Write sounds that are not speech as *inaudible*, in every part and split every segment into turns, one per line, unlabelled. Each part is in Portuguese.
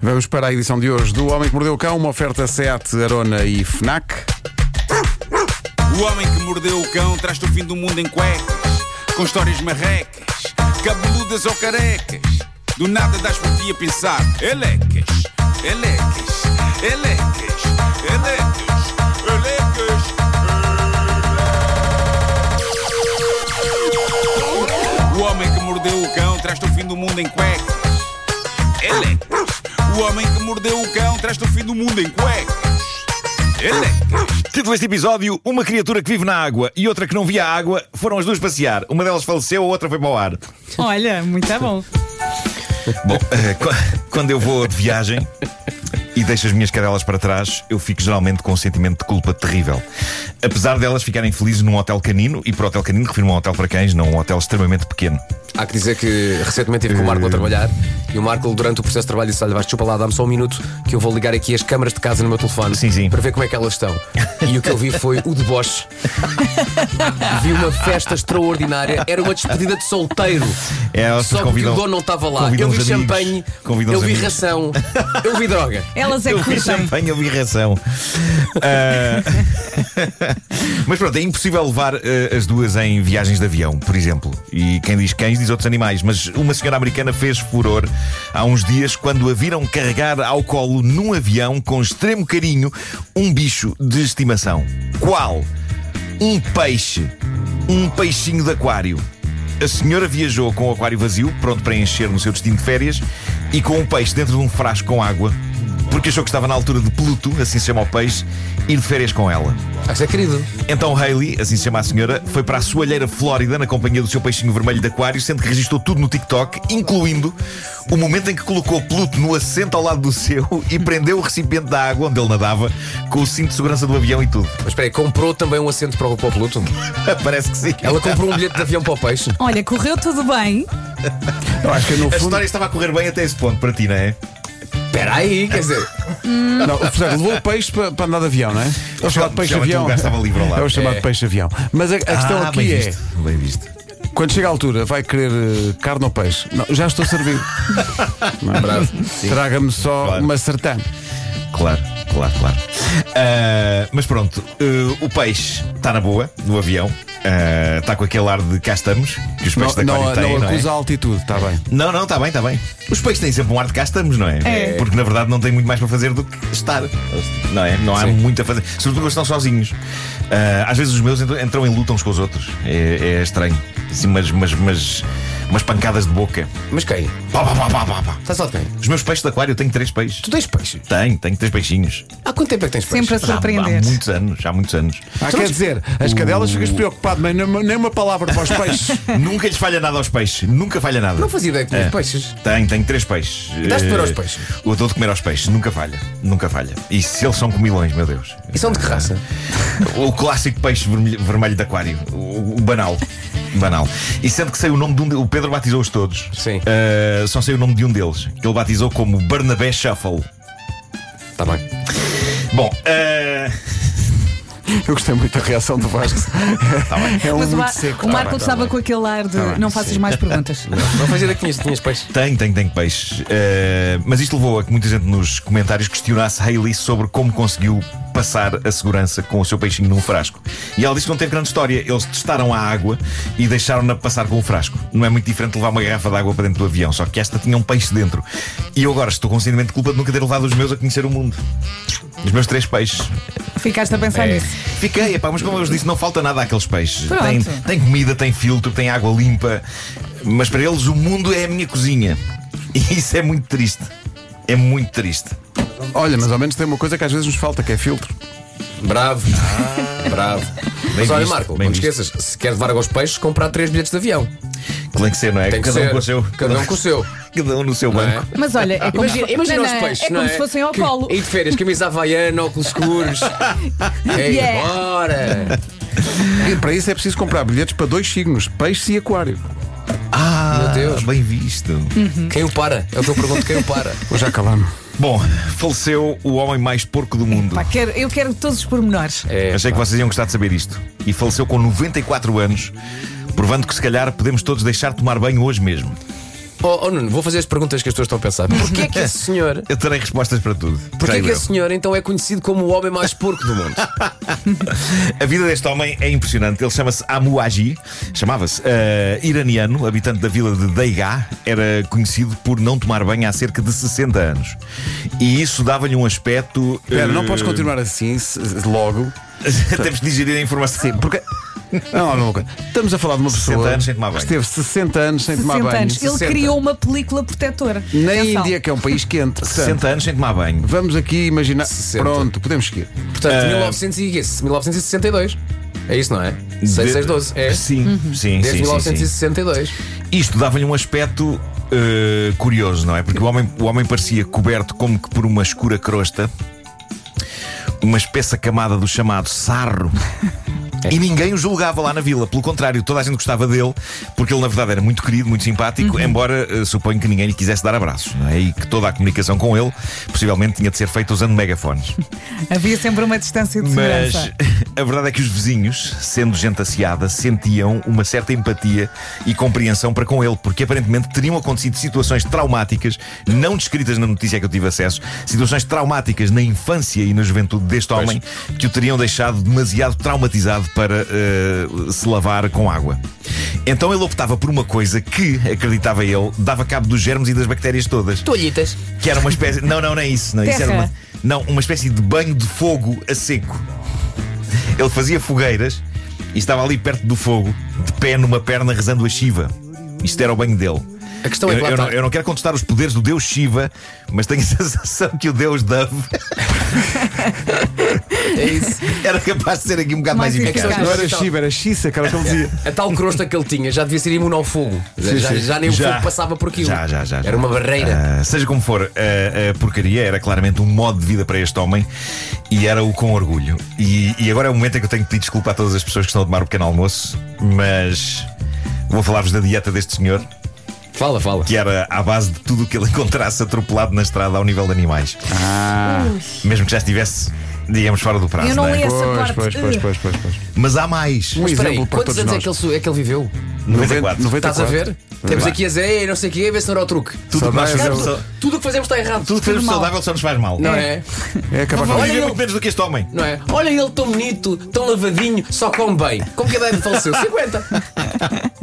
Vamos para a edição de hoje do Homem que Mordeu o Cão, uma oferta SEAT, Arona e FNAC.
O homem que mordeu o cão traz-te o fim do mundo em cuecas, com histórias marrecas, cabeludas ou carecas. Do nada das por ti a pensar. Elecas, elecas, elecas, elecas, elecas. O homem que mordeu o cão traz-te o fim do mundo em cuecas. Elecas. O homem que mordeu o cão traz-te o fim do mundo em cuecas. Elecas.
Título deste episódio: Uma criatura que vive na água e outra que não via água foram as duas passear. Uma delas faleceu, a outra foi para o ar.
Olha, muito é bom.
Bom, eh, *laughs* qu- quando eu vou de viagem e deixo as minhas cadelas para trás, eu fico geralmente com um sentimento de culpa terrível. Apesar delas ficarem felizes num hotel canino, e por hotel canino refiro-me a um hotel para cães, não um hotel extremamente pequeno.
Há que dizer que recentemente tive com o
Eh.
Marco a trabalhar e o Marco, durante o processo de trabalho, disse: Olha, vais chupa lá, dá-me só um minuto que eu vou ligar aqui as câmaras de casa no meu telefone
Sim, sim.
para ver como é que elas estão. E o que eu vi foi o deboche. vi uma festa extraordinária, era uma despedida de solteiro.
É, elas
só que
convidam-
o dono não estava lá.
convidam
Eu vi
os amigos,
champanhe,
convidam
eu
os
vi
amigos.
ração, eu vi droga.
Elas é
eu
que
vi
curtem.
champanhe, eu vi ração. Ah, Mas pronto, é impossível levar eh, as duas em viagens de avião, por exemplo. E quem diz cães diz outros animais. Mas uma senhora americana fez furor há uns dias quando a viram carregar ao colo num avião com extremo carinho um bicho de estimação. Qual? Um peixe. Um peixinho de aquário. A senhora viajou com o aquário vazio, pronto para encher no seu destino de férias, e com um peixe dentro de um frasco com água, porque achou que estava na altura de Pluto, assim se chama o peixe, ir de férias com ela.
Ah, isso é querido.
Então Hayley, assim se chama a senhora, foi para a soalheira Flórida na companhia do seu peixinho vermelho de aquário, sendo que registrou tudo no TikTok, incluindo o momento em que colocou Pluto no assento ao lado do seu e prendeu o recipiente da água onde ele nadava com o cinto de segurança do avião e tudo. *laughs*
Mas espera aí, comprou também um assento para o, para o Pluto?
Parece que sim.
Ela comprou um bilhete de avião para o peixe?
Olha, correu tudo bem.
Eu acho que no
A
fundo.
história estava a correr bem até esse ponto para ti, não é?
Espera aí, quer dizer.
Não, portanto, levou o peixe para, para andar de avião, não é? É o chamado
Geralmente Hum. o
peixe-avião.
lugar estava livre ao lado.
É o chamado
É.
peixe-avião. Mas a, a questão
ah,
aqui
bem
é:
visto, bem visto.
quando chega a altura, vai querer eh, carne ou peixe? Não, já estou servido. Não é? Traga-me só
Claro.
uma sertã.
Claro, claro, claro. Ah, mas pronto, eh, o peixe está na boa, no avião. Ah, Está com aquele ar de cá estamos, que os
Não,
peixes da
não-
aquário têm,
não
não, é? Então
acusa a altitude, está bem.
Não, não, está bem, está bem. Os peixes têm sempre um ar de cá estamos, não é?
É.
Porque na verdade não têm muito mais para fazer do que estar. Não é? Não há muito a fazer. Sobretudo quando estão sozinhos. Ah, às vezes os meus entram, entram em luta uns com os outros. É, é estranho. Assim, umas, umas, umas, umas pancadas de boca.
Mas quem?
Pá, pá, pá, pá, pá, pá.
Estás só de quem?
Os meus peixes de aquário, eu tenho três peixes.
Tu tens peixe?
Tenho, tenho três peixinhos.
Há quanto tempo é que tens peixe?
Sempre a
Já Há,
surpreender.
muitos anos, já há muitos
*laughs*
anos.
Ah, quer dizer,
Uh.
as cadelas ficas preocupado, mas nem uma, nem uma palavra
*laughs*
para os peixes.
nunca lhes falha nada aos peixes, nunca falha nada.
Não fazia ideia que tinhas
É.
peixes.
Tenho, tenho três peixes.
dás de comer
Eh,
aos peixes?
Eu dou de comer aos peixes, nunca falha, nunca falha. E se eles são comilões, meu Deus.
E são de que raça?
O clássico peixe vermelho, vermelho de aquário, o, o banal. Banal. E sendo que sei o nome de um de- O Pedro batizou-os todos.
Sim.
Eh, só sei o nome de um deles, que ele batizou como Barnabé Shuffle.
Está bem.
Bom, eh,
Eu gostei muito da reação do Vasco.
Tá
É um
Mas
muito Tá
o, Mar-
seco.
o Marco estava com aquele ar de não faças
*laughs*
mais perguntas.
Não fazia ideia que tinhas, tinhas peixe.
Tem, tem, tem peixes. Eh, mas isto levou a que muita gente nos comentários questionasse Hayley sobre como conseguiu passar a segurança com o seu peixinho num frasco. E ela disse que não teve grande história. Eles testaram a água e deixaram-na passar com o frasco. Não é muito diferente de levar uma garrafa de água para dentro do avião, só que esta tinha um peixe dentro. E eu agora estou com um sentimento de culpa de nunca ter levado os meus a conhecer o mundo. Os meus três peixes.
Ficaste a pensar
É.
nisso.
É. Fiquei, epá, mas como eu vos disse, não falta nada àqueles peixes.
Pronto.
Tem, tem comida, tem filtro, tem água limpa. Mas para eles o mundo é a minha cozinha. E isso é muito triste. É muito triste.
Olha, mas ao menos tem uma coisa que às vezes nos falta, que é filtro.
Bravo. Bravo. Ah, Mas
Bem
olha,
visto,
Marco,
bem
não te
visto.
esqueças, se queres levar aos peixes, comprar três bilhetes de avião.
Tem que ser, não é?
Tem que
cada
ser.
um com o seu.
Cada um com o seu.
Cada um no seu
Não é?
banco.
Mas olha, é como,
Imagina,
se-
imagina
Não,
os
não,
peixes,
é
não
como
é?
se fossem ao
Que-
colo.
E de férias, camisa havaiana, óculos escuros. É Ei,
Yeah.
bora!
E para isso é preciso comprar bilhetes para dois signos, peixe e aquário.
Ah,
Meu Deus.
bem visto.
Quem o para? É o que eu pergunto, quem o para?
Vou já calar-me.
Bom, faleceu o homem mais porco do mundo.
Pá, quero- eu quero todos os pormenores.
É,
Achei que vocês iam gostar de saber isto. E faleceu com 94 anos, provando que se calhar podemos todos deixar de tomar banho hoje mesmo.
Oh, oh, Nuno, vou fazer as perguntas que as pessoas estão a pensar. Porquê é que esse senhor.
Eu terei respostas para tudo.
Porquê é
Creio
que
eu.
esse senhor então é conhecido como o homem mais porco do mundo?
*laughs* A vida deste homem é impressionante. Ele chama-se Amuaji, chamava-se eh, iraniano, habitante da vila de Deigá, era conhecido por não tomar banho há cerca de 60 anos. E isso dava-lhe um aspecto.
Espera,
eh,
não podes continuar assim se- se- logo.
*laughs* Temos de digerir a informação.
Porque. Não, não, não. Estamos a falar de uma
60
pessoa
anos sem tomar banho.
que esteve 60 anos sem tomar
60
banho.
anos. Ele
60.
criou uma película protetora.
Na
Atenção.
Índia, que é um país quente. Portanto,
60 anos sem tomar banho.
vamos aqui imaginar.
60.
Pronto, podemos seguir.
Portanto, 1900 e quê? 1962. É isso, não é? 6612. É.
Sim,
Uhum.
sim, sim,
Desde
sim, sim.
1962.
Isto dava-lhe um aspecto eh, curioso, não é? Porque o homem, o homem parecia coberto como que por uma escura crosta, uma espessa camada do chamado sarro. E ninguém o julgava lá na vila, pelo contrário, toda a gente gostava dele, porque ele na verdade era muito querido, muito simpático, embora eh, suponho que ninguém lhe quisesse dar abraços, não é? E que toda a comunicação com ele possivelmente tinha de ser feita usando megafones.
Havia sempre uma distância de
Mas *laughs*
segurança.
a verdade é que os vizinhos, sendo gente aciada, sentiam uma certa empatia e compreensão para com ele, porque aparentemente teriam acontecido situações traumáticas, não descritas na notícia que eu tive acesso, situações traumáticas na infância e na juventude deste homem que o teriam deixado demasiado traumatizado para eh, se lavar com água. Então ele optava por uma coisa que, acreditava ele, dava cabo dos germes e das bactérias todas.
Toalhitas.
Que era uma espécie. Não, não, não é isso. Não, isso era
Terra.
uma, não, uma espécie de banho de fogo a seco. Ele fazia fogueiras e estava ali perto do fogo, de pé numa perna, rezando a Shiva. Isto era o banho dele.
A questão é
eu,
que lá
eu
está.
não, eu não quero contestar os poderes do deus Shiva, mas tenho a *laughs* sensação que o deus Dove *laughs*
É isso.
era capaz de ser aqui um bocado
Mais
mais, eficaz.
eficaz.
Não era Chiba, era Xissa, que era o que ele
*laughs*
dizia.
A tal crosta que ele tinha já devia ser imune ao fogo.
Sim,
já,
sim.
já nem o
Já.
fogo passava por aquilo.
Já, já, já, já.
Era uma barreira.
Ah, seja como for, a, a porcaria era claramente um modo de vida para este homem e era-o com orgulho. E, e agora é o momento em que eu tenho que pedir desculpa a todas as pessoas que estão a tomar o pequeno almoço, mas vou falar-vos da dieta deste senhor,
Fala, fala.
que era à base de tudo o que ele *laughs* encontrasse atropelado na estrada ao nível de animais. Mesmo que já estivesse, digamos, fora do prazo.
Eu não
é?
li essa
Pois,
parte.
pois, pois, pois, pois, pois.
Mas há mais.
Um
Espera aí,
exemplo para
quantos
todos
anos é
nós.
que, ele, é que ele viveu?
94.
90.
Estás a ver?
94.
Temos aqui a Zé e não sei o quê, a ver se não era o truque.
Tudo
Só
o que nós
dá
fazemos,
exemplo.
só-
Tudo o que fazemos está errado.
tudo o que fazemos
mal.
saudável só nos faz mal.
Não é?
É acabar com
Olha
Viver
eu-
muito menos do que este homem.
Não é? Olha ele tão bonito, tão lavadinho, só come bem. Como que a idade faleceu? 50.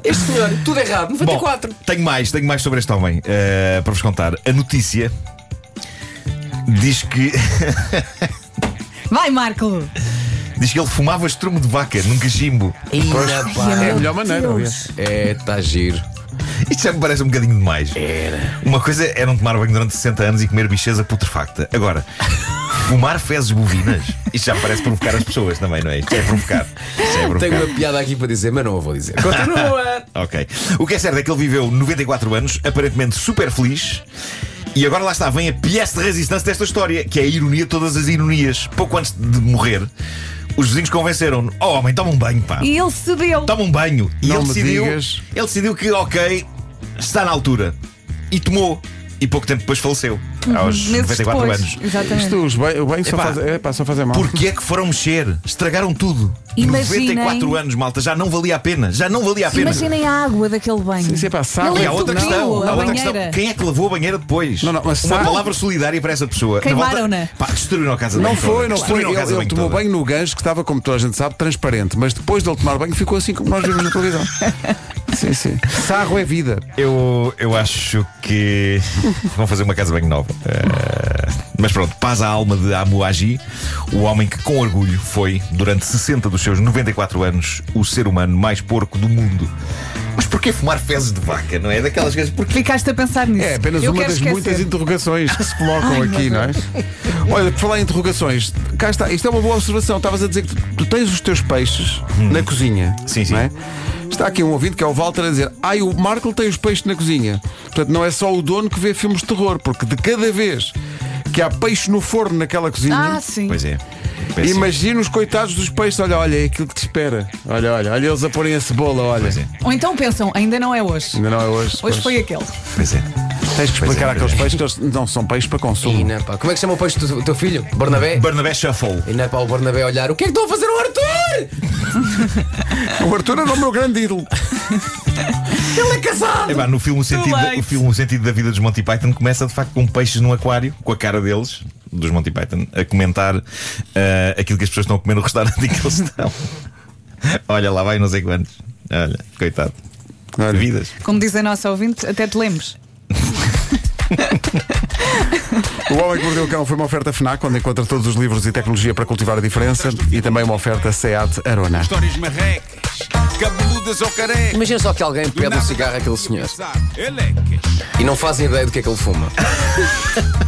Este senhor, tudo errado.
Bom,
94.
tenho mais, tenho mais sobre este homem eh, para vos contar. A notícia diz que, *laughs*
Vai, Marco!
diz que ele fumava estrumo de vaca num cachimbo.
Ainda
É a
pá.
melhor maneira, aliás.
É, está giro.
Isto já me parece um bocadinho demais. Uma coisa é não tomar banho durante 60 anos e comer bicheza putrefacta. Agora, fumar fezes bovinas, isto já me parece provocar as pessoas também, não é? Isto é provocar. Isto é provocar.
Tenho uma piada aqui para dizer, mas não a vou dizer. Continua.
Ok. O que é certo é que ele viveu 94 anos, aparentemente super feliz. E agora lá está, vem a pièce de resistência desta história, que é a ironia de todas as ironias. Pouco antes de morrer, os vizinhos convenceram-no: Oh, homem, toma um banho, pá.
E ele cedeu.
Então,
Toma um banho. E
Não
ele
me
decidiu,
digas.
ele decidiu que, ok, está na altura. E tomou. E pouco tempo depois faleceu, aos
Uhum. Meses
94
depois.
anos.
Exatamente.
Isto, os bem- o bem só
Epá.
faz, epá, só fazem mal.
Porquê é que foram mexer? Estragaram tudo.
Imaginem.
94 anos, malta, já não valia a pena. Já não valia a pena.
Imaginem a água daquele banho.
Sim, sim, pá, sabe.
Ele
E há outra
entupiu
questão,
a
há outra
banheira.
questão. Quem é que lavou a banheira depois?
Não, não, mas
Uma
sabe-
palavra solidária para essa pessoa. Na
Queimaram-na.
volta- Pá, destruíram a casa de
Não
banho
foi,
toda.
não foi.
Destruíram a
Ele,
casa de
ele
banho
tomou
toda.
banho no gancho que estava, como toda a gente sabe, transparente. Mas depois de ele tomar banho, ficou assim como nós vimos na
*laughs*
televisão. sim, sim. Sarro é vida.
Eu, eu acho que *laughs* vão fazer uma casa bem nova. Eh, mas pronto, paz à alma de Amuaji, o homem que com orgulho foi, durante 60 dos seus 94 anos, o ser humano mais porco do mundo. Mas porquê fumar fezes de vaca, não é? Daquelas coisas. Porquê?
Ficaste a pensar nisso.
É apenas
Eu
uma
quero
das
esquecer.
muitas interrogações que se colocam
Ai,
aqui,
meu
não é? Olha, por falar em interrogações, cá está. Isto é uma boa observação. Estavas a dizer que tu, tu tens os teus peixes
Hum.
na cozinha.
Sim, sim.
não é? Está aqui um ouvinte que é o Walter a dizer: Ai, o Marco tem os peixes na cozinha. Portanto, não é só o dono que vê filmes de terror, porque de cada vez que há peixe no forno naquela cozinha.
Ah, sim.
Pois é. Péssimo.
Imagina os coitados dos peixes, olha, olha, é aquilo que te espera. Olha, olha, olha eles a porem a cebola, olha.
Pois é,
Ou então pensam, ainda não é hoje.
Ainda não é hoje.
Hoje
pois.
foi aquele.
pois é.
Tens que
Pois
explicar
é,
àqueles
pois
peixes que eles não são peixes para consumo.
Ina, pá. Como é que chama o peixe do teu- teu filho? Barnabé?
Barnabé Shuffle.
Ina, pá, o Barnabé a olhar. O que é que estão a fazer ao Arthur?
O Arthur era o meu grande ídolo.
Ele é casado!
É pá, no filme o, sentido da,
late.
o filme o Sentido da Vida dos Monty Python começa de facto com peixes num aquário, com a cara deles, dos Monty Python, a comentar eh, aquilo que as pessoas estão a comer no restaurante *laughs* em que eles estão. Olha, lá vai não sei quantos. Olha, coitado.
Olha.
Vidas.
Como diz a nossa ouvinte, até te lemos.
O Homem que Mordeu o Cão foi uma oferta FNAC, onde encontra todos os livros e tecnologia para cultivar a diferença, e também uma oferta SEAT Arona.
Histórias marrecas, cabeludas ou carecas.
Imagina só que alguém
Do
pede um
nada
cigarro
das
àquele
fatias
senhor
pensar, Elecas.
e não fazem ideia do que é que ele fuma.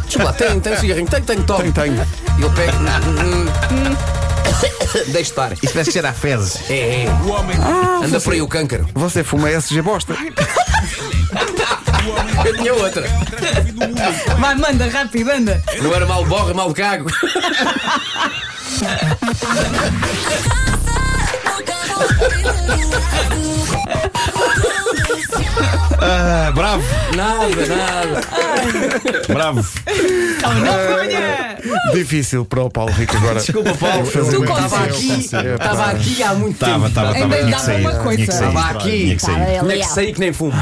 Desculpa, lá, tem, tem um cigarrinho, tem, tem, toma.
Tenho, tenho.
E ele pega. Hum, hum. Deixa estar.
Isso parece cheirar a fezes.
É, é.
O homem, o
Anda por aí o cancro.
Você fuma SG Bosta.
homem que
*laughs* Eu tinha outra.
mordeu o cão traz-te o fim do mundo em cuecas.
Vai, manda, rápido, anda.
Não era mal borra, mal cago. *laughs*
Ah, bravo,
Nada, nada.
bravo.
Então, não
Eh,
ponha.
Difícil para o Paulo Rico agora.
Desculpa, Paulo.
Fazer
Tu
uma
estava
Estava
confusão.
aqui,
É, pá.
estava aqui há muito
Estava,
tempo.
estava,
Ainda
estava. Tinha que
dava
sair.
uma
Tinha que
coisa.
sair.
Estava aqui.
Tinha que sair.
Tinha que sair que nem fumo.